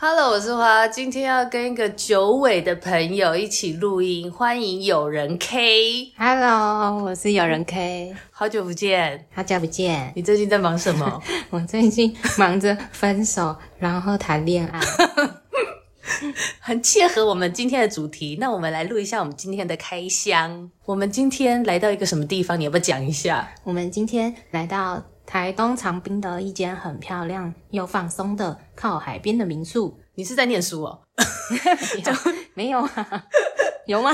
Hello，我是花，今天要跟一个九尾的朋友一起录音，欢迎友人 K， Hello，我是有人 K，好久不见，好久不见。你最近在忙什 么？我最近忙着分手，然后谈恋 爱。很切合我们今天的主题，那我们来录一下我们今天的开箱。我们今天来到一个什么地方？你要不要讲一下？我们今天来到台东长滨的一间很漂亮又放松的靠海边的民宿。你是在念书哦？没有 啊？有吗？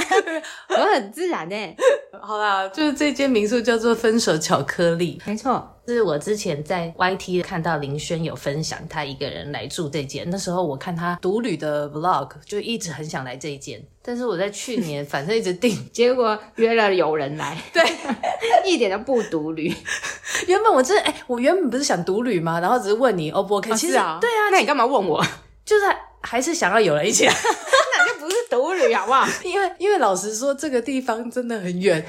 我很自然欸呢、好啦，就是这间民宿叫做“分手巧克力没错，”，是我之前在 YT 看到林轩有分享他一个人来住这间，那时候我看他独旅的 Vlog，就一直很想来这一间，但是我在去 年反正一直订结果约了有人来，对， 一点都不独旅。原本我真的哎、我原本不是想独旅吗？然后只是问你 O 不 OK？、哦其实是啊对啊，那你干嘛问我？就是还还是想要有人一起来，那就不是独旅好不好？ 因为因为老实说，这个地方真的很远。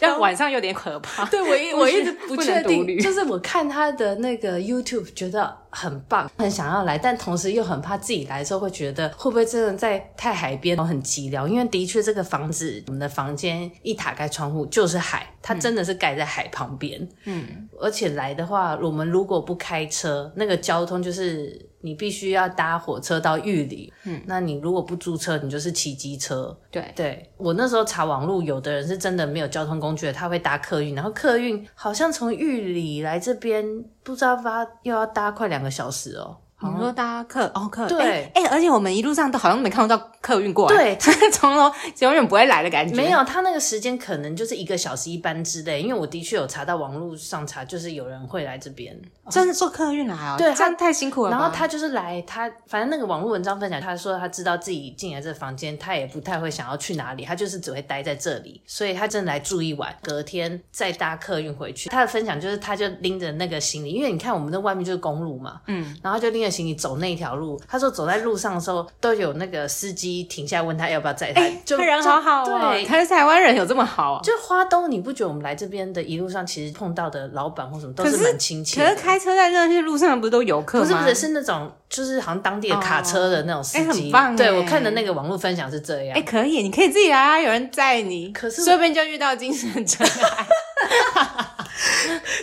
要晚上有点可怕。对我一不我是一直不不确能独定，立就是我看他的那个 YouTube 觉得很棒，很想要来，但同时又很怕自己来的时候会觉得会不会真的在太海边很寂寥，因为的确这个房子我们的房间一打开窗户就是海，它真的是盖在海旁边，嗯，而且来的话，我们如果不开车，那个交通就是你必须要搭火车到玉里，嗯，那你如果不租车，你就是骑机车，对，对我那时候查网路，有的人是真的没有交通工具的，他会搭客运，然后客运好像从玉里来这边，不知道搭又要搭快两个小时哦。好你像说搭客哦客对哎、哎而且我们一路上都好像没看到客运过来，对， 从头永远不会来的感觉。没，有，他那个时间可能就是一个小时一班之类，因为我的确有查到网络上查，就是有人会来这边，真的坐客运来哦，对这样太辛苦了吧。然后他就是来，他反正那个网络文章分享，他说他知道自己进来这房间，他也不太会想要去哪里，他就是只会待在这里，所以他真的来住一晚，隔天再搭客运回去。他的分享就是，他就拎着那个行李，因为你看我们的外面就是公路嘛，嗯，然后就拎着行李走那条路。他说走在路上的时候，都有那个司机停下来问他要不要载他，哎就这哎人好好哦，对，他是台湾人有这么好、哦？就花东，你不觉得我们来这边的一路上，其实碰到的老板或什么都可是是蛮亲切可的是。开车在那些路上不是都游客吗？不是不是，是那种就是好像当地的卡车的那种司哦哎机。很棒对哎我看的那个网络分享是这样。哎、可以，你可以自己来啊，有人载你，可是我说不定就遇到 精神障碍。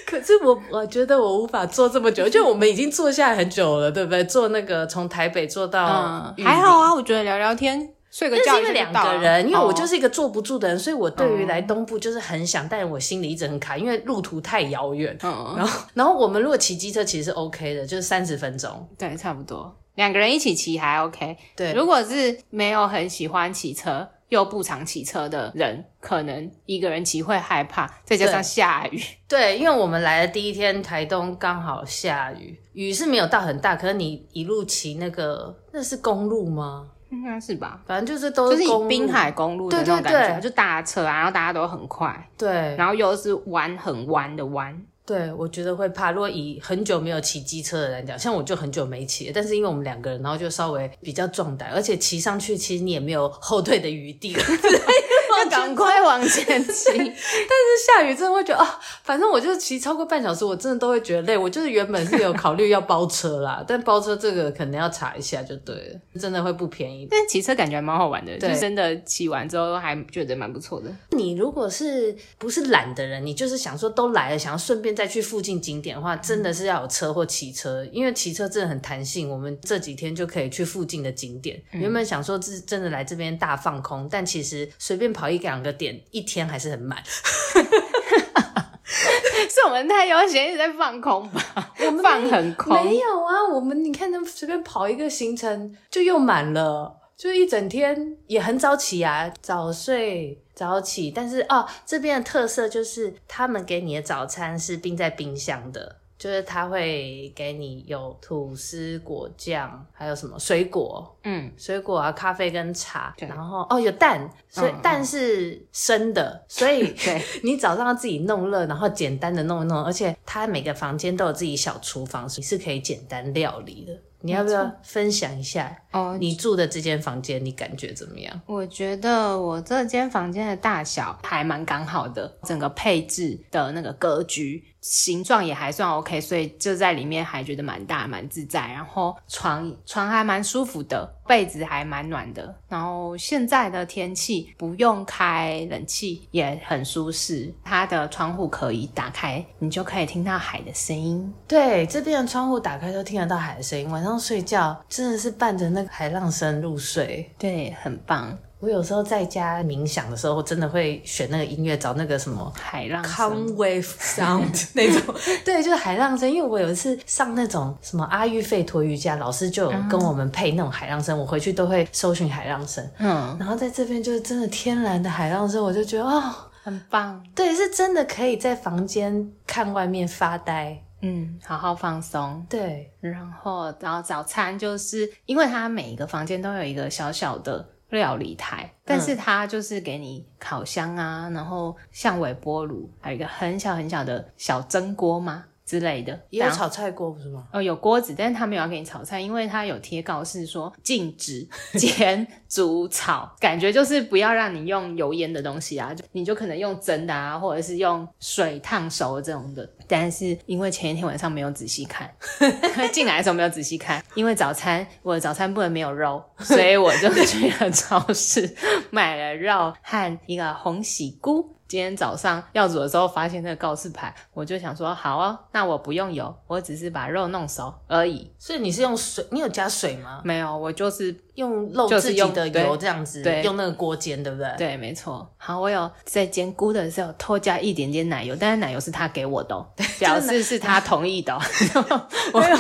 可是我我觉得我无法坐这么久，就我们已经坐下来很久了，对不对？坐那个从台北坐到嗯，玉里还好。啊，我觉得聊聊天，睡个那觉是因一为下两就到个了人，因为我哦就是一个坐不住的人，所以我对于来东部就是很想，但我心里一直很卡，因为路途太遥远。嗯然后，然后我们如果骑机车其实是 OK 的，就是三十分钟。对，差不多。两个人一起骑还 OK。对如果是没有很喜欢骑车又不常骑车的人，可能一个人骑会害怕，再加对上下雨，对，因为我们来的第一天，台东刚好下雨，雨是没有到很大，可是你一路骑那个那是公路吗？应该是吧？反正就是都就是是公以路滨海公路的对对那种感觉，对就搭车啊，然后大家都很快，对然后又是弯很弯的弯，对，我觉得会怕。如果以很久没有骑机车的来讲，像我就很久没骑了，但是因为我们两个人，然后就稍微比较壮胆，而且骑上去其实你也没有后退的余地 了。就 赶快往前 骑。下雨真的会觉得啊，反正我就是骑超过半小时，我真的都会觉得累。我就是原本是有考虑要包车啦， 但包车这个可能要查一下就对了，真的会不便宜。但骑车感觉还蛮好玩的，对就真的骑完之后还觉得蛮不错的。你如果是不是懒的人，你就是想说都来了，想要顺便再去附近景点的话，真的是要有车或骑车，嗯因为骑车真的很弹性。我们这几天就可以去附近的景点。原本想说是真的来这边大放空，但其实随便跑一两个点，一天还是很满。 是我们太悠闲，一直在放空吧？我们 放很没空，有啊，我们你看他们随便跑一个行程就又满了，就一整天也很早起啊，早睡早起。但是哦，这边的特色就是他们给你的早餐是冰在冰箱的。就是他会给你有吐司、果酱，还有什么水果，嗯，水果啊、咖啡跟茶，对然后哦有蛋，所以嗯蛋是生的，所以对，你早上要自己弄热，然后简单的弄一弄，而且它每个房间都有自己小厨房，所以是可以简单料理的。你要不没要分享一下哦，你住的这间房间，你感觉怎么样？我觉得我这间房间的大小还蛮刚好的，整个配置的那个格局形状也还算 OK，所以就在里面还觉得蛮大蛮自在。然后床床还蛮舒服的，被子还蛮暖的。然后现在的天气不用开冷气也很舒适，它的窗户可以打开，你就可以听到海的声音。对，这边的窗户打开都听得到海的声音，晚上睡觉真的是伴着那个海浪声入睡。对，很棒，我有时候在家冥想的时候，真的会选那个音乐，找那个什么海浪声。 Come wave sound 那种，对，就是海浪声。因为我有一次上那种什么阿育吠陀瑜伽，老师就有跟我们配那种海浪声，我回去都会搜寻海浪声。嗯，然后在这边就是真的天然的海浪声，我就觉得哦，很棒。对，是真的可以在房间看外面发呆。嗯，好好放松。对，然后，然后早餐就是因为它每一个房间都有一个小小的料理台，但嗯是它就是给你烤箱啊，然后像微波炉，还有一个很小很小的小蒸锅嘛之类的，也有然后。炒菜锅不是吗？哦，有锅子，但是他没有要给你炒菜，因为他有贴告示说禁止煎、煮、炒，感觉就是不要让你用油烟的东西啊，就你就可能用蒸的啊，或者是用水烫熟的这种的。但是因为前一天晚上没有仔细看， 进来的时候没有仔细看，因为早餐我的早餐不能没有肉，所以我就去了超市买了肉和一个红喜菇。今天早上要煮的时候发现那个告示牌，我就想说好哦，那我不用油，我只是把肉弄熟而已。所以你是用水，你有加水吗？没有，我就是用肉就是自己用的对油这样子，对用那个锅煎，对不对？对，没错。好，我有在煎菇的时候偷加一点点奶油，但是奶油是他给我的、 哦，表示是他同意的、哦。 我没有，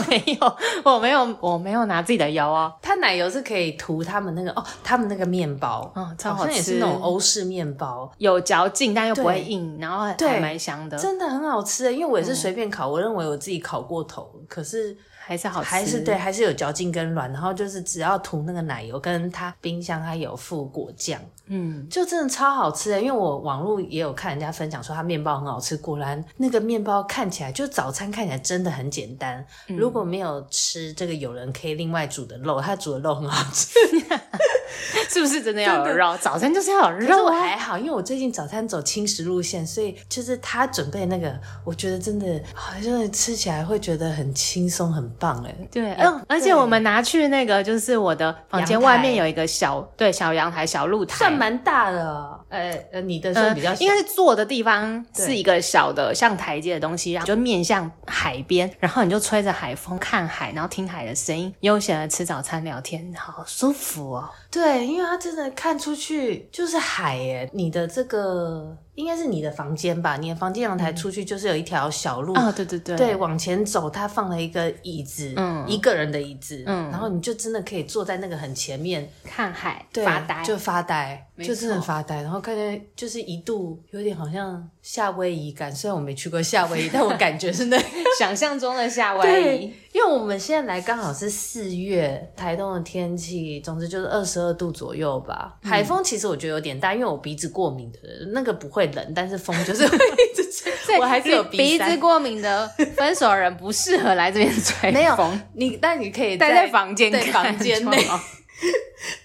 我没有，我没有拿自己的油哦。它奶油是可以涂他们那个哦，他们那个面包，哦超嗯好好像也吃是那种欧式面包，有嚼劲，但又不会对硬，然后对还蛮香的，嗯真的很好吃欸耶因为我也是随便烤，我认为我自己烤过头，可是还是好吃，还是对，还是有嚼劲跟软。然后就是只要涂那个奶油，跟它冰箱它有附果酱，嗯，就真的超好吃的。欸因为我网络也有看人家分享说它面包很好吃，果然那个面包看起来就早餐看起来真的很简单。嗯如果没有吃这个有人可以另外煮的肉，它煮的肉很好吃。是不是真的要有肉？早餐就是要有可是肉我啊，还好，因为我最近早餐走轻食路线，所以就是他准备那个，我觉得真的好像吃起来会觉得很轻松，很棒哎。对，嗯嗯，而且我们拿去那个，就是我的房间阳台外面有一个小对小阳台、小露台，算蛮大的哦，呃呃，你的算呃比较小，应该是坐的地方对是一个小的像台阶的东西，然后就面向海边，然后你就吹着海风看海，然后听海的声音，悠闲的吃早餐聊天，好舒服哦。对，因为它真的看出去就是海耶。你的这个应该是你的房间吧？你的房间阳台出去就是有一条小路，啊，对对对，嗯对，往前走，他放了一个椅子，嗯一个人的椅子，嗯然后你就真的可以坐在那个很前面，看海对发呆，就发呆，没就真的错发呆。然后看见就是一度有点好像夏威夷感，虽然我没去过夏 威夷，但我感觉是那样。想象中的夏威夷 对。，因为我们现在来刚好是四月，台东的天气，总之就是二十二度左右吧。嗯海风其实我觉得有点大，因为我鼻子过敏的人，那个不会冷，但是风就是会一直 吹。我还是有鼻塞子。过敏的分手人不适合来这边 吹没有风，你，但你可以待在房间对看房间就内好。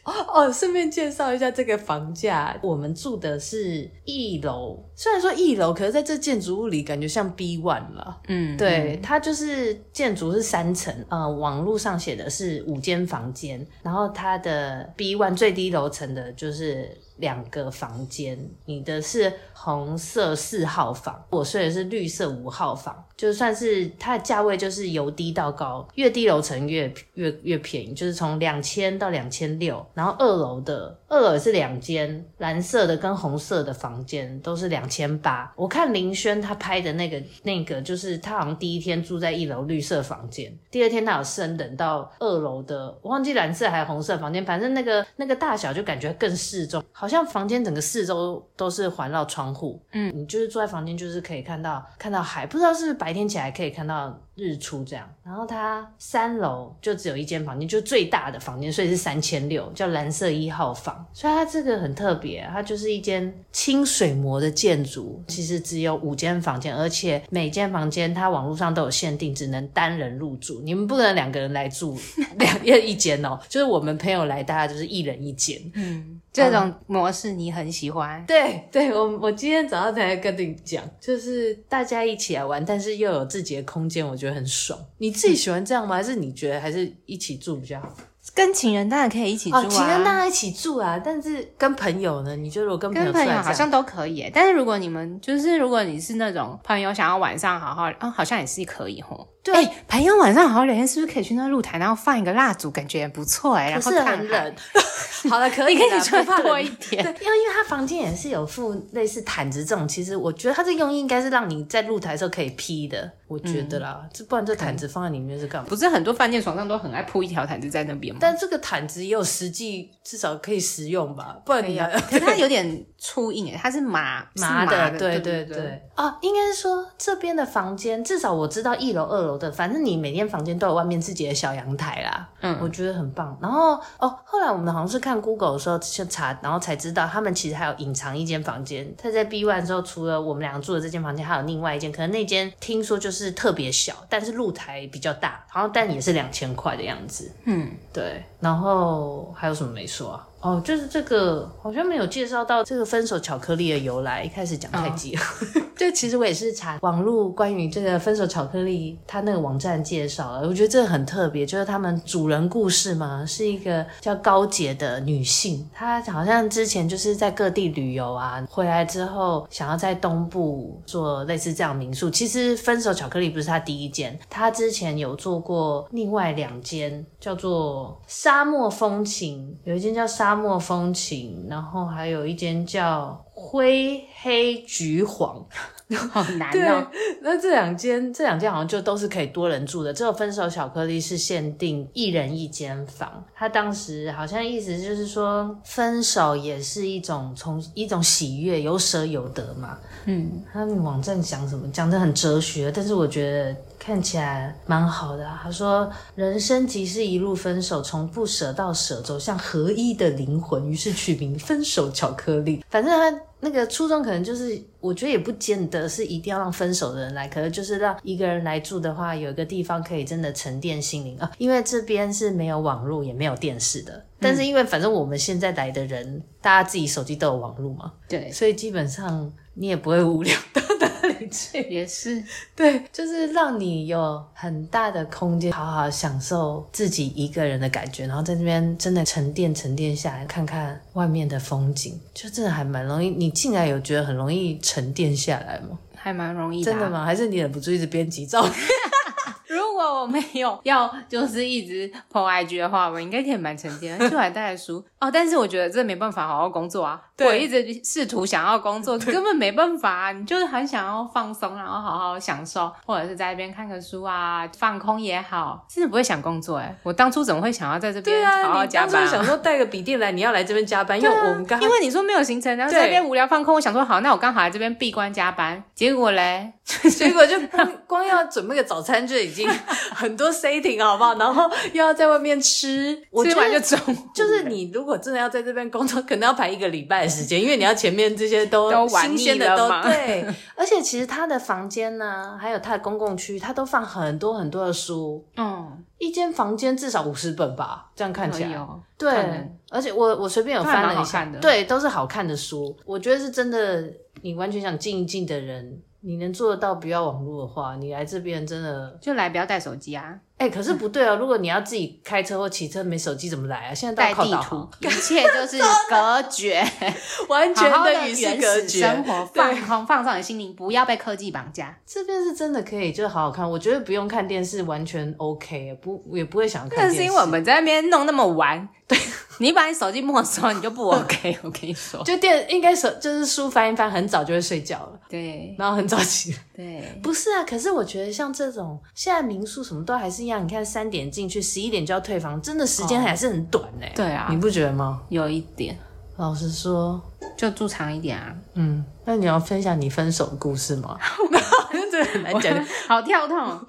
哦。顺便介绍一下这个房价，我们住的是一楼，虽然说一楼，可是在这建筑物里感觉像 B one 了。嗯，对，它就是建筑是三层，呃，网络上写的是五间房间，然后它的 B one 最低楼层的就是两个房间，你的是红色四号房，我睡的是绿色五号房，就算是它的价位就是由低到高，越低楼层越越越便宜，就是从两千到两千六。六，然后二楼的二楼也是两间蓝色的跟红色的房间都是两千八。我看林轩他拍的那个那个，就是他好像第一天住在一楼绿色房间，第二天他有升等到二楼的，我忘记蓝色还是红色房间，反正那个那个大小就感觉更适中，好像房间整个四周都是环绕窗户，嗯，你就是坐在房间就是可以看到看到海，不知道是不是白天起来可以看到日出这样。然后它三楼就只有一间房间，就最大的房间，所以是三千六，叫蓝色一号房。所以它这个很特别，啊它就是一间清水模的建筑，其实只有五间房间，而且每间房间它网络上都有限定，只能单人入住，你们不能两个人来住 两要一间哦。就是我们朋友来，大家就是一人一间。嗯，这种模式你很喜欢。对对，我我今天早上才跟你讲，就是大家一起来玩，但是又有自己的空间，我觉得很爽。你自己喜欢这样吗？还是你觉得还是一起住比较好？跟情人当然可以一起住啊，哦，情人当然一起住啊，但是跟朋友呢？你觉得我跟朋友跟出来朋这友样好像都可以耶。但是如果你们就是如果你是那种朋友想要晚上好好，哦，好像也是可以吼。对哎朋友晚上好好聊天，是不是可以去那露台，然后放一个蜡烛，感觉也不错哎。然可后是看哦很海冷，。 好了，可以 你可啦以穿不怕冷多一点对，因为因为他房间也是有附类似毯子这种，其实我觉得他这个用意应该是让你在露台的时候可以披的，我觉得嗯啦，这、不然这毯子放在里面是干嘛？ 不是很多饭店床上都很爱铺一条毯子在那边吗？但这个毯子也有实际，至少可以实用吧，不然可你以拿啊， 可是它有点粗硬哎，它是麻 是麻的，的，对对对。对。哦，应该是说这边的房间，至少我知道一楼、二楼的，反正你每间房间都有外面自己的小阳台啦。嗯我觉得很棒。然后哦，后来我们好像是看 Google 的时候去查，然后才知道他们其实还有隐藏一间房间。他在 B one 之后，除了我们两个住的这间房间，还有另外一间，可能那间听说就是特别小，但是露台比较大，然后但也是两千块的样子。嗯，对，然后还有什么没说啊？哦，就是这个好像没有介绍到这个分手巧克力的由来，一开始讲太急了。 就其实我也是查网络关于这个分手巧克力，它那个网站介绍了，我觉得这个很特别，就是他们主人故事嘛，是一个叫高洁的女性，她好像之前就是在各地旅游啊，回来之后想要在东部做类似这样民宿。其实分手巧克力不是她第一间，她之前有做过另外两间，叫做沙漠风情，有一间叫沙漠风情，然后还有一间叫灰黑橘黄。好难对哦。，那这两间这两间好像就都是可以多人住的，只有分手巧克力是限定一人一间房。他当时好像意思就是说，分手也是一种从一种喜悦，有舍有得嘛。嗯，他们网站讲什么讲的很哲学，但是我觉得看起来蛮好的、啊。他说，人生即是一路分手，从不舍到舍，走向合一的灵魂，于是取名“分手巧克力”。反正他那个初衷可能就是，我觉得也不见得是一定要让分手的人来，可能就是让一个人来住的话，有一个地方可以真的沉淀心灵啊。因为这边是没有网络，也没有电视的。但是因为反正我们现在来的人，大家自己手机都有网络嘛，对， 所以基本上你也不会无聊到哪里去。也是。对，就是让你有很大的空间，好好享受自己一个人的感觉，然后在这边真的沉淀沉淀下来，看看外面的风景，就真的还蛮容易。你进来有觉得很容易沉淀下来吗？还蛮容易 的、啊真的？吗？还是你忍不住一直编辑照片？ 如果我没有要就是一直 PO IG 的话，我应该可以蛮沉 淀的，就还带着书哦。但是我觉得这没办法好好工作啊，对我一直试图想要工作，根本没办法、啊。你就是很想要放松，然后好好享受，或者是在一边看个书啊，放空也好，甚至不会想工作、欸。哎，我当初怎么会想要在这边好好你加当初班、想啊？说带个笔电来，你要来这边加啊班，因为我们刚 因为你说没有行程，然后对在这边无聊放空，我想说好，那我刚好来这边闭关加班，结果嘞，结果就光光要准备个早餐就已经 很多 setting 好不好？然后又要在外面吃，我吃觉完得就中午就是你如果真的要在这边工作，可能要排一个礼拜的时间，因为你要前面这些都都玩新鲜腻的了都嘛对。 而且其实他的房间呢、还有他的公共区，他都放很多很多的书，嗯，一间房间至少五十本吧，这样看起可以来。哦对可能，而且我我随便有都还翻了蛮一好下看，的对，都是好看的书。我觉得是真的，你完全想静一静的人，你能做得到不要网络的话，你来这边真的就来不要带手机啊。哎、可是不对哦，如果你要自己开车或骑车，没手机怎么来啊？现在带都靠地导图航，，一切 就是隔 绝，完好全好的的与世原隔始绝。生活，对放空放松你心灵，不要被科技绑架。这边是真的可以，就好好看。我觉得不用看电视，完全 OK，不也不会想看电但视。是因为我们在那边弄那么玩， 对你把你手机没收，你就不 OK。我跟你说，就电应该手就是书翻一翻，很早就会睡觉了， 对然后很早起来。对， 不是啊，可是我觉得像这种现在民宿什么都还是一样，你看三点进去，十一点就要退房，真的时间还是很短呢、对啊你不觉得吗？有一点老实说，就住长一点啊，嗯，那你要分享你分手的故事 吗？这很难讲。 好跳痛，哦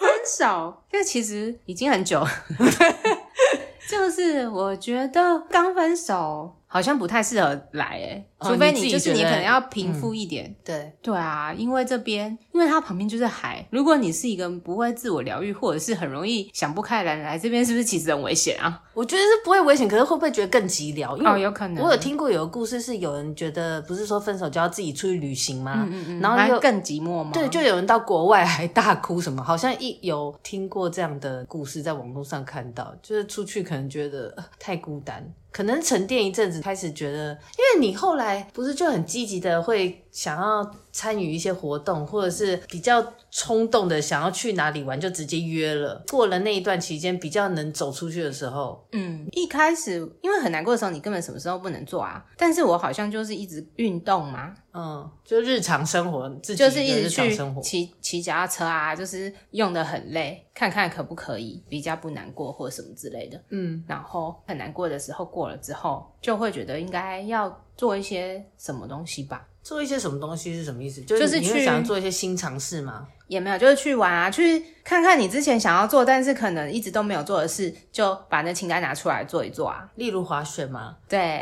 分手，这其实已经很久 了，就是我觉得刚分手好像不太适合来、欸，哦除非你自你己就是你觉可得能要平复一点。对，对啊，因为这边，因为它旁边就是海。如果你是一个不会自我疗愈，或者是很容易想不开的人，来这边是不是其实很危险啊？我觉得是不会危险，可是会不会觉得更寂寥？因为哦，有可能。我有听过有个故事，是有人觉得不是说分手就要自己出去旅行吗？嗯，嗯嗯，然后反而又更寂寞嘛。对，就有人到国外还大哭什么，好像一有听过这样的故事，在网络上看到，就是出去可能觉得呃太孤单，可能沉淀一阵子，开始觉得，因为你后来不是就很积极的会想要参与一些活动，或者是比较冲动的想要去哪里玩，就直接约了。过了那一段期间，比较能走出去的时候，嗯，一开始因为很难过的时候，你根本什么时候不能做啊。但是我好像就是一直运动嘛，嗯，就日常生活，自己就是的一直日常去生活。骑骑脚踏车啊，就是用的很累，看看可不可以比较不难过或什么之类的。嗯，然后很难过的时候过了之后，就会觉得应该要做一些什么东西吧，做一些什么东西是什么意思？就就是你会去想做一些新尝试吗？也没有就是去玩啊，去看看你之前想要做但是可能一直都没有做的事，就把那清单拿出来做一做啊。例如滑雪吗？对，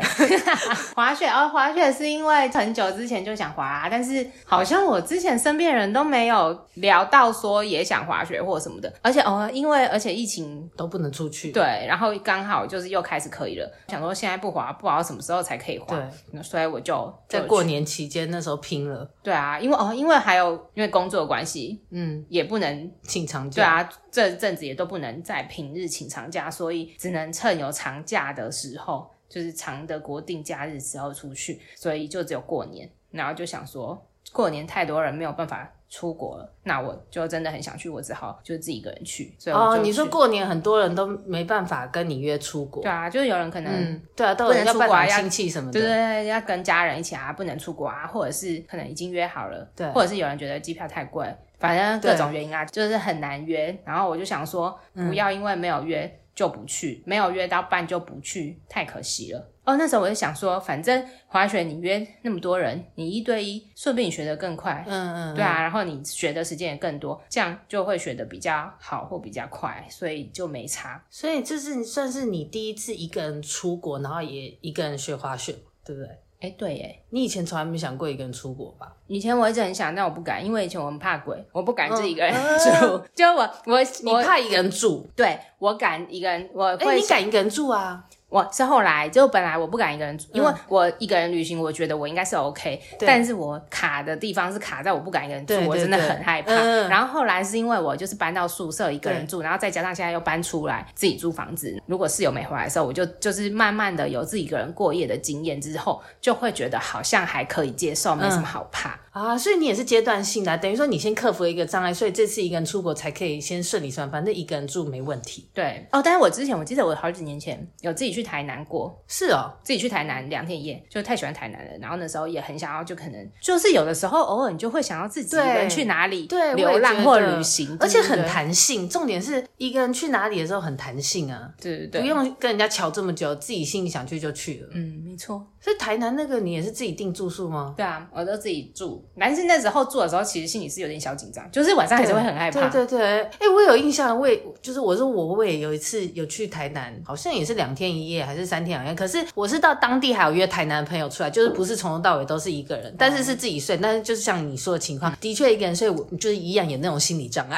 滑雪哦，滑雪是因为很久之前就想滑、啊，但是好像我之前身边人都没有聊到说也想滑雪或什么的，而且哦，因为而且疫情。都不能出去。对，然后刚好就是又开始可以了，想说现在不滑，不知道什么时候才可以滑，那所以我就在就过去年期间那时候拼了，对啊，因为哦，因为还有因为工作的关系，嗯，也不能请长假。对，啊，这阵子也都不能在平日请长假，所以只能趁有长假的时候，就是长的国定假日时候出去，所以就只有过年。然后就想说，过年太多人没有办法出国了，那我就真的很想去，我只好就自己一个人去。所以啊我哦，就你去说过年很多人都没办法跟你约出国。对啊，就是有人可能、嗯，对啊，都不有能人要出国拜啊访要亲戚什么的。对对对，要跟家人一起啊，不能出国啊，或者是可能已经约好了，对或者是有人觉得机票太贵，反正各种原因啊，就是很难约。然后我就想说，嗯不要因为没有约就不去，没有约到半就不去，太可惜了。哦，那时候我就想说，反正滑雪你约那么多人，你一对一，顺便你学得更快，嗯嗯，对啊，然后你学的时间也更多，这样就会学得比较好或比较快，所以就没差。所以这是算是你第一次一个人出国，然后也一个人学滑雪，对不对？哎，对耶，你以前从来没想过一个人出国吧？以前我一直很想，但我不敢，因为以前我很怕鬼，我不敢嗯自己一个人住。 就我我你我怕一个人住？对我敢一个人，我哎，会你想、敢一个人住啊？我是后来就本来我不敢一个人住，因为嗯我一个人旅行，我觉得我应该是 OK，对但是我卡的地方是卡在我不敢一个人住，对对我真的很害怕。对嗯然后后来是因为我就是搬到宿舍一个人住，然后再加上现在又搬出来自己租房子，如果室友没回来的时候，我就就是慢慢的有自己一个人过夜的经验之后，就会觉得好像还可以接受，没什么好怕。啊，所以你也是阶段性的啊、等于说你先克服了一个障碍，所以这次一个人出国才可以先顺利算，反正一个人住没问题。对哦，但是我之前我记得我好几年前有自己去台南过，是哦，自己去台南两天一夜，就太喜欢台南了。然后那时候也很想要，就可能就是有的时候偶尔你就会想要自己一个人对去哪里对，我也流浪觉或得旅行，而且对很，弹性。重点是一个人去哪里的时候很弹性啊，对对对，不用跟人家瞧这么久，自己心里想去就去了。嗯，没错，所以台南那个你也是自己订住宿吗？对啊，我都自己住。但是那时候住的时候，其实心里是有点小紧张，就是晚上还是会很害怕。对对对，哎、我有印象，我也就是我说我我也有一次有去台南，好像也是两天一夜还是三天两夜，可是我是到当地还有约台南的朋友出来，就是不是从头到尾都是一个人，但嗯是是自己睡，但是就是像你说的情况，的确一个人睡，我就是一样有那种心理障碍。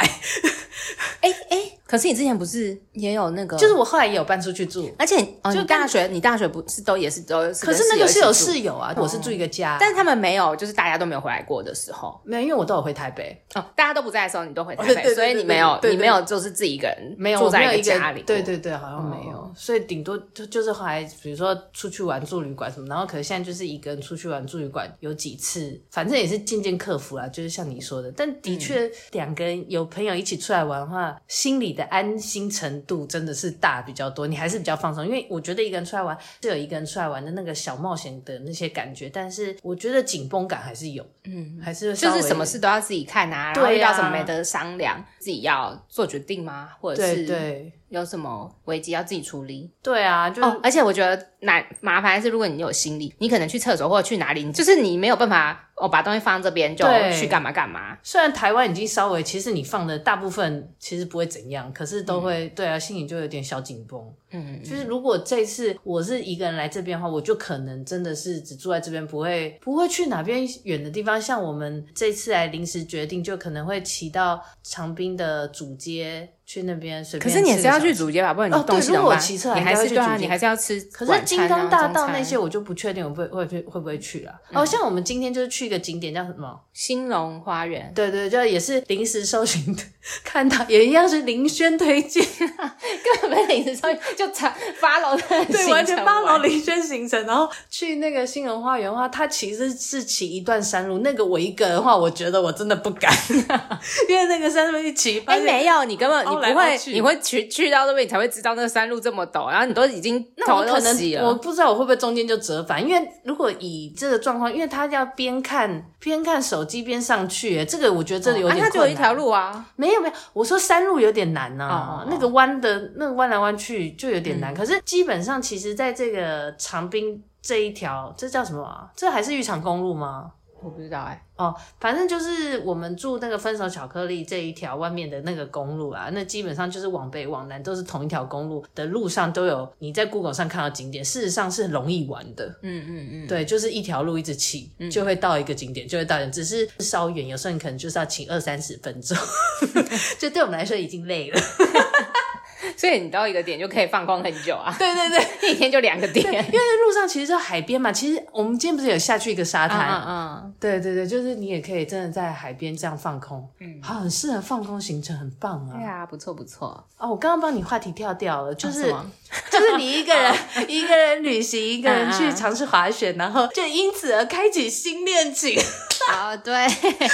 哎哎，可可是你之前不是也有那 个，就是我后来也有搬出去住，而且你哦，就你大学你大学不是都也是都是可跟是那个室是友有一起住哦室友啊，我是住一个家，但是他们没有，就是大家都没有回来过的时候，没有，因为我都有回台北，哦，大家都不在的时候，你都回台哦对北，对对所以你没对有，对对你没有就是自己一个人没有，住我没在有一个家里，对，对对，好像没有，哦所以顶多就就是后来，比如说出去玩住旅馆什么，然后可是现在就是一个人出去玩住旅馆有几次，反正也是渐渐克服啦，就是像你说的，但的嗯确两个人有朋友一起出来玩的话，心里的安心程度真的是大比较多，你还是比较放松，因为我觉得一个人出来玩是有一个人出来玩的那个小冒险的那些感觉，但是我觉得紧绷感还是有，嗯，还是稍就微是什么事都要自己看啊，然后对啊遇到什么没得商量，自己要做决定吗？或者对是对有什么危机要自己处理？对啊，就是、哦，而且我觉得难麻烦的是，如果你有心力，你可能去厕所或者去哪里，你就是你没有办法哦，把东西放这边就对去干嘛干嘛。虽然台湾已经稍微，其实你放的大部分其实不会怎样，可是都会、对啊，心里就有点小紧绷。嗯，就是如果这次我是一个人来这边的话，我就可能真的是只住在这边，不会不会去哪边远的地方。像我们这次来临时决定，就可能会骑到长滨的主街去那边随可便。是你也是要去。主街吧，不然你哦对东西如怎果么我办？骑车来你还应该会是去对主啊，街你还是要吃可晚餐啊。是金刚大道中餐啊嗯那些我就不确定我会会不会会不会去了。哦，像我们今天就是去一个景点叫什么？兴隆花园，对对，就也是临时搜寻的，看到也一样是林轩推 荐， 根本没领子上就查发楼的行程对，完全玩八楼。林轩行程，然后去那个新荣花园的话，它其实是骑一段山路，那个我一个人的话，我觉得我真的不敢， 因为那个山路一骑，哎、发现没有，你根本你凹来不会凹，去你会哦去去到那边，你才会知道那个山路这么陡，然后你都已经那我啊头可都能洗我了。不知道我会不会中间就折返，因为如果以这个状况，因为他要边看边看手机边上去，哎这个我觉得这里有啊，点困难。它就有一条路啊，没有没有，我说山路有点难呐、啊哦嗯哦那个弯的那个弯来弯去就有点难。可是基本上，其实在这个长滨这一条，这叫什么啊？这还是玉长公路吗？我不知道哎、哦，反正就是我们住那个分手巧克力这一条外面的那个公路啊，那基本上就是往北往南都是同一条公路的路上都有你在 Google 上看到景点，事实上是很容易玩的。嗯嗯嗯，对，就是一条路一直骑，就会到一个景点，就会到一个，只是稍远，有时候你可能就是要骑二三十分 钟，就对我们来说已经累了。所以你到一个点就可以放空很久啊，对对对，一天就两个点。 因为路上其实就海边嘛，其实我们今天不是有下去一个沙啊滩，啊啊！对对对，就是你也可以真的在海边这样放空，嗯，好，很适合放空行程，很棒啊对！啊，不错不错，哦，我刚刚帮你话题跳掉了，就啊是、什么 就是你一个人 一个人旅行，一个人嗯去嗯嗯尝试滑雪，然后就因此而开启新恋情。 哦，对，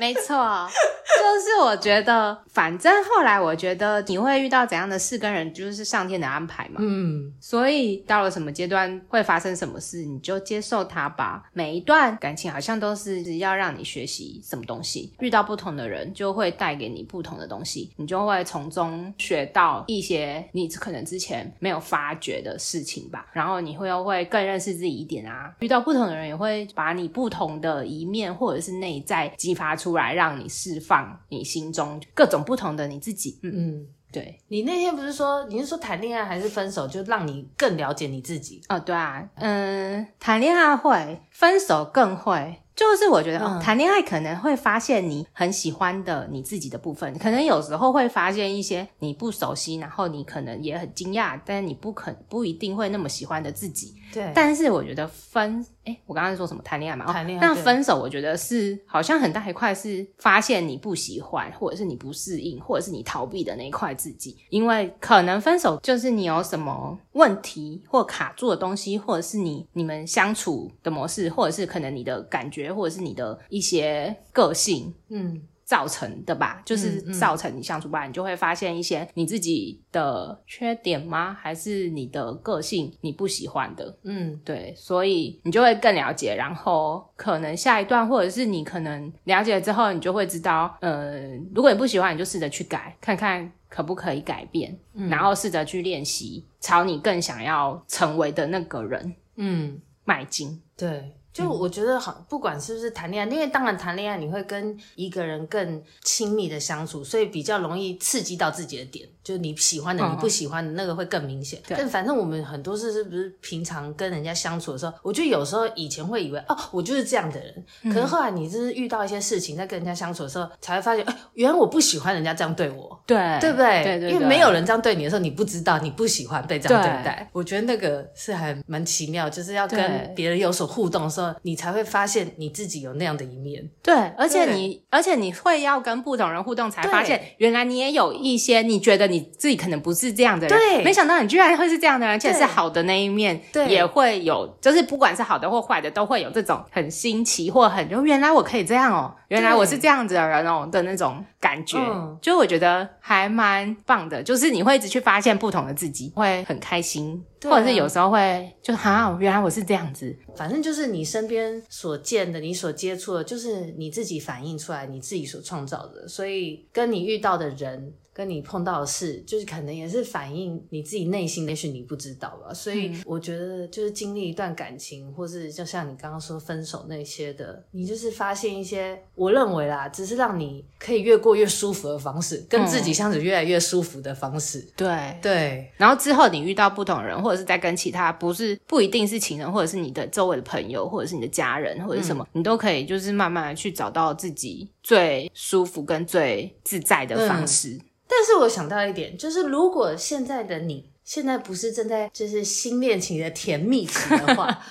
没错，就是我觉得，反正后来我觉得你会遇到怎样的事跟人，就是上天的安排嘛。嗯，所以到了什么阶段会发生什么事，你就接受它吧。每一段感情好像都是要让你学习什么东西，遇到不同的人就会带给你不同的东西，你就会从中学到一些你可能之前没有发觉的事情吧。然后你会又会更认识自己一点啊。遇到不同的人，也会把你不同的一面或者是内在激发出来，让你释放你心中各种不同的你自己。嗯，嗯。对。你那天不是说你是说谈恋爱还是分手，就让你更了解你自己？哦，对啊，嗯，谈恋爱会，分手更会。就是我觉得，哦嗯，谈恋爱可能会发现你很喜欢的你自己的部分，可能有时候会发现一些你不熟悉，然后你可能也很惊讶，但是你不肯不一定会那么喜欢的自己。对但但是我觉得分，哎、我刚刚说什么谈恋爱嘛？哦谈恋爱那对分手，我觉得是好像很大一块是发现你不喜欢，或者是你不适应，或者是你逃避的那一块自己，因为可能分手就是你有什么问题或卡住的东西，或者是你你们相处的模式，或者是可能你的感觉，或者是你的一些个性，嗯，造成的吧，就是造成你相处不来，你就会发现一些你自己的缺点吗？还是你的个性你不喜欢的？嗯，对，所以你就会更了解，然后可能下一段，或者是你可能了解之后，你就会知道，呃，如果你不喜欢，你就试着去改，看看可不可以改变，然后试着去练习，朝你更想要成为的那个人嗯，迈进。对。就嗯我觉得好，不管是不是谈恋爱，因为当然谈恋爱你会跟一个人更亲密的相处，所以比较容易刺激到自己的点。就是你喜欢的、嗯你不喜欢的那个会更明显。对但反正我们很多事是不是平常跟人家相处的时候，我觉得有时候以前会以为哦，我就是这样的人，嗯可是后来你就是遇到一些事情，在跟人家相处的时候，才会发现，哎，原来我不喜欢人家这样对我。对对不对？对对，因为没有人这样对你的时候，你不知道，你不喜欢被这样对对待。我觉得那个是还蛮奇妙，就是要跟对别人有所互动的时候，你才会发现你自己有那样的一面。对，而且对你而且你会要跟不同人互动，才对发现原来你也有一些你觉得你自己可能不是这样的人，对没想到你居然会是这样的人，而且对是好的那一面，对也会有，就是不管是好的或坏的，都会有这种很新奇或很就原来我可以这样哦，原来我是这样子的人哦的那种感觉，嗯就我觉得还蛮棒的，就是你会一直去发现不同的自己，会很开心，对啊或者是有时候会就哈，原来我是这样子，反正就是你身边所见的，你所接触的，就是你自己反映出来，你自己所创造的。所以跟你遇到的人，跟你碰到的事，就是可能也是反映你自己内心的，也许你不知道吧。所以我觉得，就是经历一段感情，或是就像你刚刚说分手那些的，你就是发现一些，我认为啦，只是让你可以越过越舒服的方式，跟自己相处越来越舒服的方式。对对，然后之后你遇到不同人，或者是在跟其他不是不一定是情人，或者是你的周围的朋友，或者是你的家人，或者是什么，嗯你都可以就是慢慢的去找到自己最舒服跟最自在的嗯方式。但是我想到一点，就是如果现在的你现在不是正在就是新恋情的甜蜜期的 话，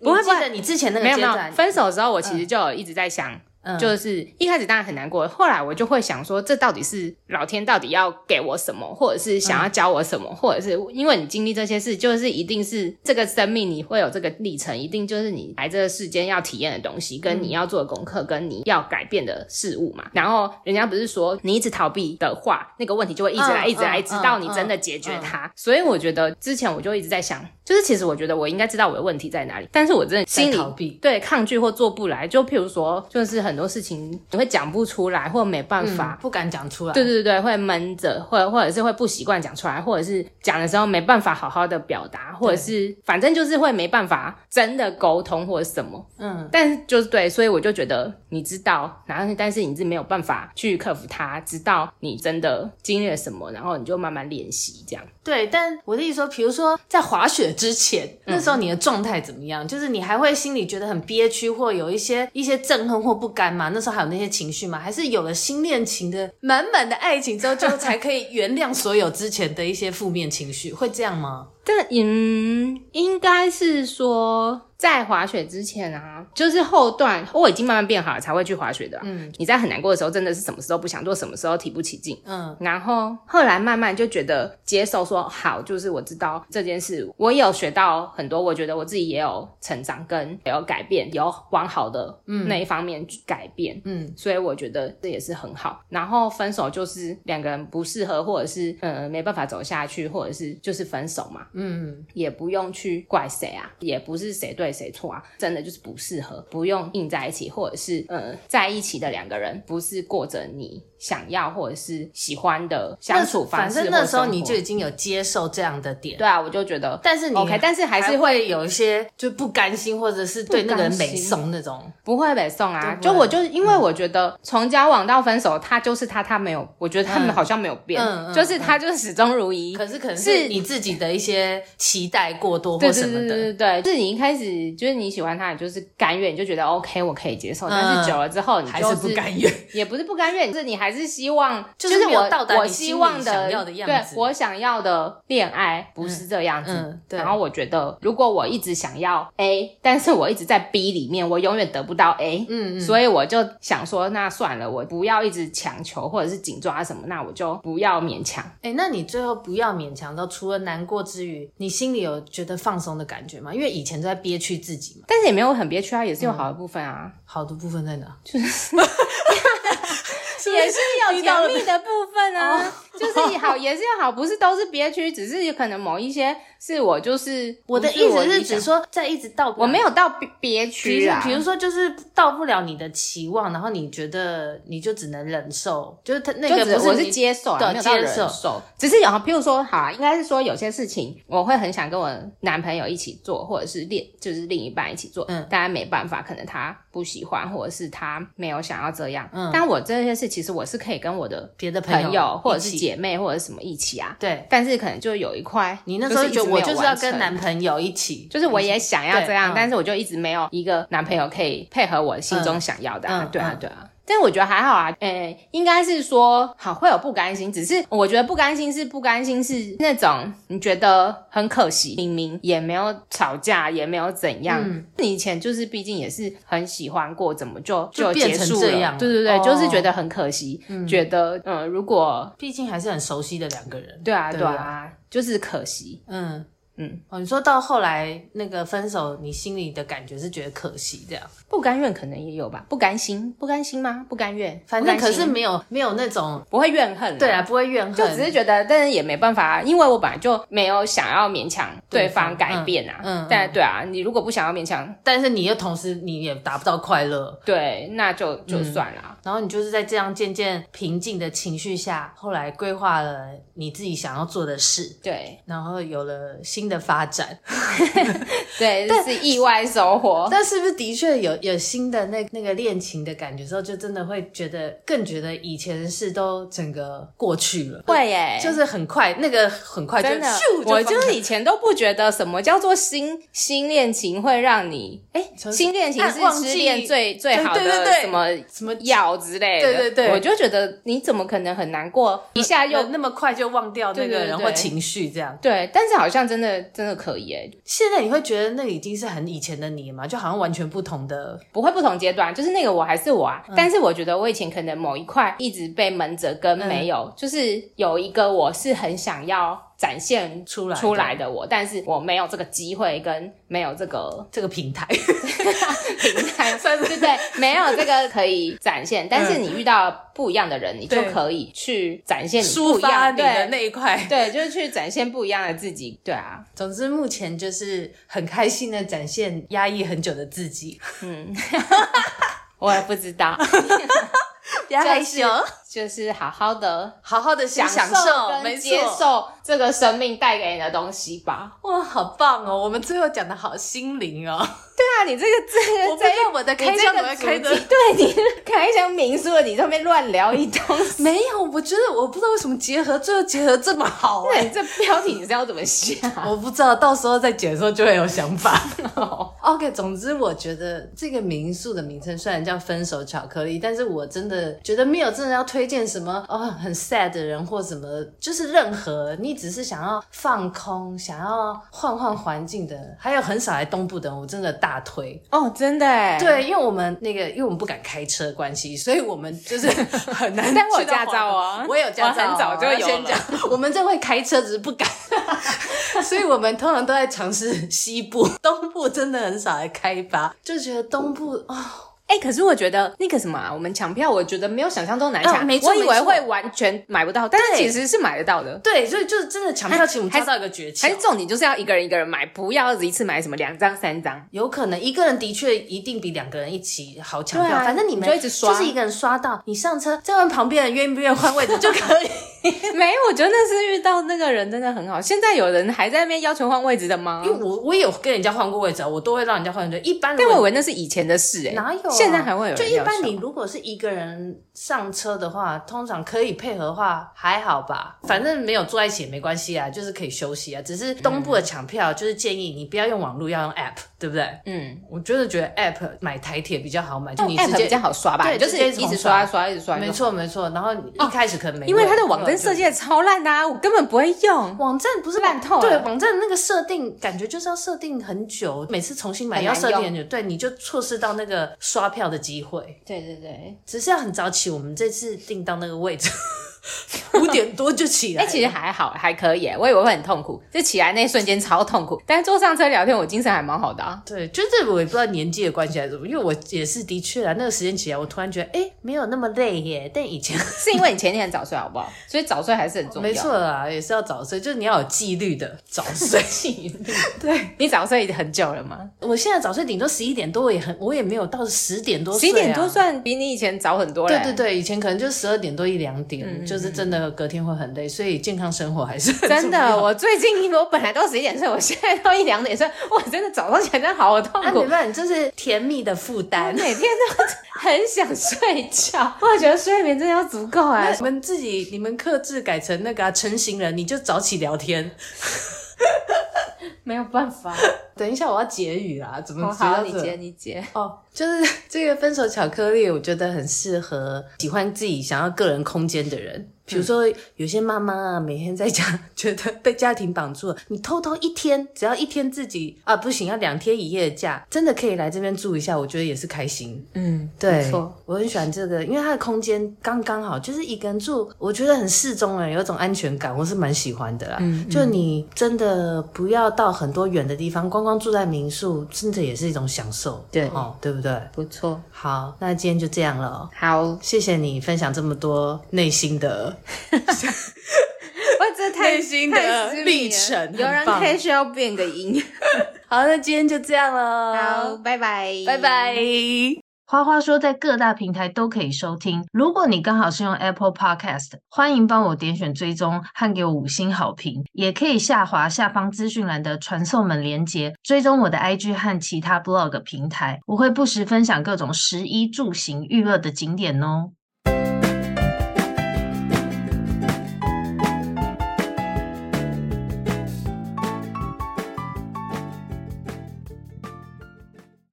不会你记得你之前那个没有阶没有段，，分手之后我其实就有一直在想，嗯就是一开始当然很难过，后来我就会想说，这到底是老天到底要给我什么，或者是想要教我什么，嗯或者是因为你经历这些事，就是一定是这个生命你会有这个历程，一定就是你来这个世间要体验的东西，跟你要做的功课，跟你要改变的事物嗯嘛。然后人家不是说你一直逃避的话，那个问题就会一直来，嗯一直来，嗯直到你真的解决它。所以我觉得之前我就一直在想，就是其实我觉得我应该知道我的问题在哪里，但是我真的心在里逃避对抗拒或做不来，就譬如说，就是很多事情你会讲不出来，或没办嗯法。不敢讲出来，对对对，会闷着，或或者是会不习惯讲出来，或者是讲的时候没办法好好的表达，或者是反正就是会没办法真的沟通或者什么。嗯，但是就是对，所以我就觉得你知道，然后但是你是没有办法去克服它，直到你真的经历了什么，然后你就慢慢练习这样。对。但我的意思说，比如说在滑雪之前，那时候嗯你的状态怎么样？就是你还会心里觉得很憋屈，或有一些一些憎恨或不甘吗？那时候还有那些情绪吗？还是有了新恋情的满满的爱情之后，就才可以原谅所有之前的一些负面情绪？会这样吗？但嗯，应该是说在滑雪之前啊，就是后段我已经慢慢变好了，才会去滑雪的、嗯，你在很难过的时候，真的是什么时候不想做，什么时候提不起劲。嗯，然后后来慢慢就觉得接受说好，就是我知道这件事，我也有学到很多，我觉得我自己也有成长，跟也有改变，有往好的那一方面去改变。嗯，所以我觉得这也是很好。然后分手就是两个人不适合，或者是呃没办法走下去，或者是就是分手嘛。嗯，也不用去怪谁啊，也不是谁对谁错啊，真的就是不适合，不用硬在一起，或者是呃在一起的两个人不是过着你想要或者是喜欢的相处方反式正或那时候生活你就已经有接受这样的点，对啊，我就觉得。但是你 OK，但是还是会有一些就不甘心，或者是对那个人美颂那种。不会北宋啊，都就不会我就是因为我觉得从交往到分手，他就是他，他没有，我觉得他们好像没有变，嗯嗯就是他就是始终如一。可是可能是是你自己的一些期待过多对或对什么对的，对对，就是你一开始就是你喜欢他，你就是甘愿，你就觉得 OK，我可以接受。但嗯是久了之后，你还就是不甘愿。也不是不甘愿，就是你还是希望，就是是没有我到达我你心希里望想要的样子对我想要的恋爱不是这样子。嗯嗯对然后我觉得，如果我一直想要 A，但是我一直在 B 里面，我永远得不到 A。嗯嗯。所以我就想说，那算了，我不要一直强求或者是紧抓什么，那我就不要勉强。哎、那你最后不要勉强到，除了难过之余，你心里有觉得放松的感觉吗？因为以前都在憋屈自己嘛，但是也没有很憋屈啊，也是有好的部分啊，好的部分在哪？ 也是有 甜哦蜜的部分啊，就是也好，也是有好，不是都是憋屈，只是有可能某一些是我就是我的不意思理是想指说，在一直到不我了没有到憋憋比屈如啊，比如说，就是到不了你的期望，然后你觉得你就只能忍受，就是他那就个只不我你是接受啊，对没有到接忍受受，只是有，譬如说，好啊，应该是说有些事情我会很想跟我男朋友一起做，或者是另就是另一半一起做，嗯当然没办法，可能他不喜欢，或者是他没有想要这样，嗯但我这些事其实我是可以跟我的别的朋友或者一是起，姐妹或者什么一起啊，对但是可能就有一块，你那时候就觉得我就就是一直没有要完成跟男朋友一起，就是我也想要这对嗯，样但是我就一直没有一个男朋友可以配合我心中想要的、啊嗯嗯对啊嗯，对啊。但我觉得还好啊，诶、应该是说好会有不甘心，只是我觉得不甘心是不甘心是那种你觉得很可惜，明明也没有吵架，也没有怎样。嗯你以前就是毕竟也是很喜欢过，怎么就就变结成束了？这样对对对，哦就是觉得很可惜，觉得嗯、呃如果毕竟还是很熟悉的两个人。对啊对对啊，就是可惜，嗯嗯，哦，你说到后来那个分手，你心里的感觉是觉得可惜这样，不甘愿可能也有吧，不甘心，不甘心吗？不甘愿，反不正甘可心是没有没有那种不会怨恨、对啊，，不会怨恨，就只是觉得，但是也没办法、啊，因为我本来就没有想要勉强对方改变啊。嗯嗯嗯但对啊，你如果不想要勉强，但是你又同时你也达不到快乐，对，那就就算了啊。然后你就是在这样渐渐平静的情绪下，后来规划了你自己想要做的事。对然后有了新的发展，对，这是意外收获。但是不是的确有有新的那那个恋情的感觉之后，就真的会觉得更觉得以前的事都整个过去了，会耶、就是很快那个很快就真的咻，我就就放是以前都不觉得什么叫做新新恋情会让你，哎、从新恋情啊是忘记失恋最最好对对的对什么什么药之类的。对对对我就觉得你怎么可能很难过，一下又有那么快就忘掉那对个对人对或情绪这样。对，但是好像真的真的可以诶、现在你会觉得那已经是很以前的你嘛，就好像完全不同的。不会不同阶段，就是那个我还是我啊。嗯但是我觉得我以前可能某一块一直被闷着，跟嗯没有，就是有一个我是很想要展现出来的出来的我，但是我没有这个机会，跟没有这 个这个平台，平台，对对对，没有这个可以展现。但是你遇到不一样的人，你就嗯对可以去展现你抒不一发样你的对。那一块。对，就是去展现不一样的自己。对啊， 总之，目前就是很开心的展现压抑很久的自 己，我也不知 道，不要害羞就是好好的好好的享享受，没跟错接受这个生命带给你的东西吧。哇，好棒哦！我们最后讲的好心灵 哦，对啊，你这个这我不知道我的开箱怎么开的。对你开箱民宿的，你上面乱聊一 通， 没有，我觉得我不知道为什么结合最后结合这么好哎、那 你这标题你是要怎么下？我不知道，到时候再解说就会有想法。OK，总哦之我觉得这个民宿的名称虽然叫“分手巧克力”，但是我真的觉得没有真的要推荐什么哦很 sad 的人或什么，就是任何你只是想要放空、想要换换环境的人，还有很少来东部的人，我真的大推。 哦，真的哎，，对，因为我们那个，因为我们不敢开车的关系，所以我们就是 很难去到华东。但我有驾照哦我也有驾照哦、我很早就有了要先讲，我们这会开车，只是不敢， 所以我们通常都在尝试西部、东部，真的很少来开发，就觉得东部啊、哎，可是我觉得那个什么啊，我们抢票，我觉得哦没有想象中难啊抢，没错我以没为错会完全买不到，但是对其实是买得到的。对，所以就是真的抢票，其实我们抓到一个诀还窍是。重点就是要一个人一个人买，不要一次买什么两张三张。 有可能一个人的确一定比两个人一起好抢票，对啊反正你们你就一直刷就是一个人刷到，你上车再问旁边人愿不愿意换位置就可以。 没，我觉得那是遇到那个人真的很好。现在有人还在那边要求换位置的吗因？为我我也有跟人家换过位置啊，我都会让人家换位置。一般如但果我以为那是以前的事、哎，哪有、啊？现在还会有人就一般要你如果是一个人上车的话，通常可以配合的话还好吧，反正没有坐在一起也没关系啊，就是可以休息啊。只是东部的抢票，就是建议你不要用网络，要用 app，对不对？嗯，我就是觉得 app 买台铁比较好买，就用你直 app 比接较。好刷吧，对就是直接一直重刷刷刷一直刷，没。错没错，然后你一开始可能没位、哦因为它的网站设计计的超烂的啊，我根本不会用。网站不是烂透了对网站那个设定，感觉就是要设定很久，每次重新买很要难设定用很久，对，你就错失到那个刷票的机会。对对对，只是要很早起，我们这次订到那个位置， 五点多就起来哎、了。其实还好，还可以耶。欸我以为会很痛苦，就起来那一瞬间超痛苦。但是坐上车聊天，我精神还蛮好的啊。对，就是我也不知道年纪的关系还是什么，因为我也是的确啊，那个时间起来，我突然觉得，哎，没有那么累耶。但以前是因为你前天很早睡，好不好？所以早睡还是很重要。没错，啦，也是要早睡，就是你要有纪律的早 睡。你早睡很久了吗？ 我现在早睡顶多十一点多，我也很，我也没有到十点多十睡、一啊。点多算比你以前早很多了。对对对，以前可能就十二点多一两点，嗯就是真的隔天会很累，所以健康生活还是很真重的，要我最近我本来都十一点睡，我现在都一两点睡，我真的早上起来真的好痛啊，苦没。办法，你就是甜蜜的负担。 每天都很想睡觉，我觉得睡眠真的要足够哎、 那你们自己，你们克制改成那个、啊、成型人，你就早起聊天。没有办法。 等一下，我要结语啦，怎么好哦结到好，嗯这？你接你接。哦，就是这个分手巧克力，我觉得很适合喜欢自己想要个人空间的人。比如说，有些妈妈啊，每天在家觉得被家庭绑住了，你偷偷一天，只要一天自己啊，不行，要两天一夜的假，真的可以来这边住一下，我觉得也是开心。嗯，对没错，我很喜欢这个，因为它的空间刚刚好，就是一个人住，我觉得很适中了，有一种安全感，我是蛮喜欢的啦。嗯就你真的不要到很多远的地方，光光住在民宿，真的也是一种享受。对哦，对不对？不错。好，那今天就这样了哦。好，我谢谢你分享这么多内心的， 这太内心的太私密了历程很有人棒可以需要变个音。好，那今天就这样了。好，，拜拜，拜拜。花花说，在各大平台都可以收听。如果你刚好是用 Apple Podcast，欢迎帮我点选追踪和给我五星好评，也可以下滑下方资讯栏的传送门连接，追踪我的 IG 和其他 blog 平台。我会不时分享各种食衣住行娱乐的景点哦。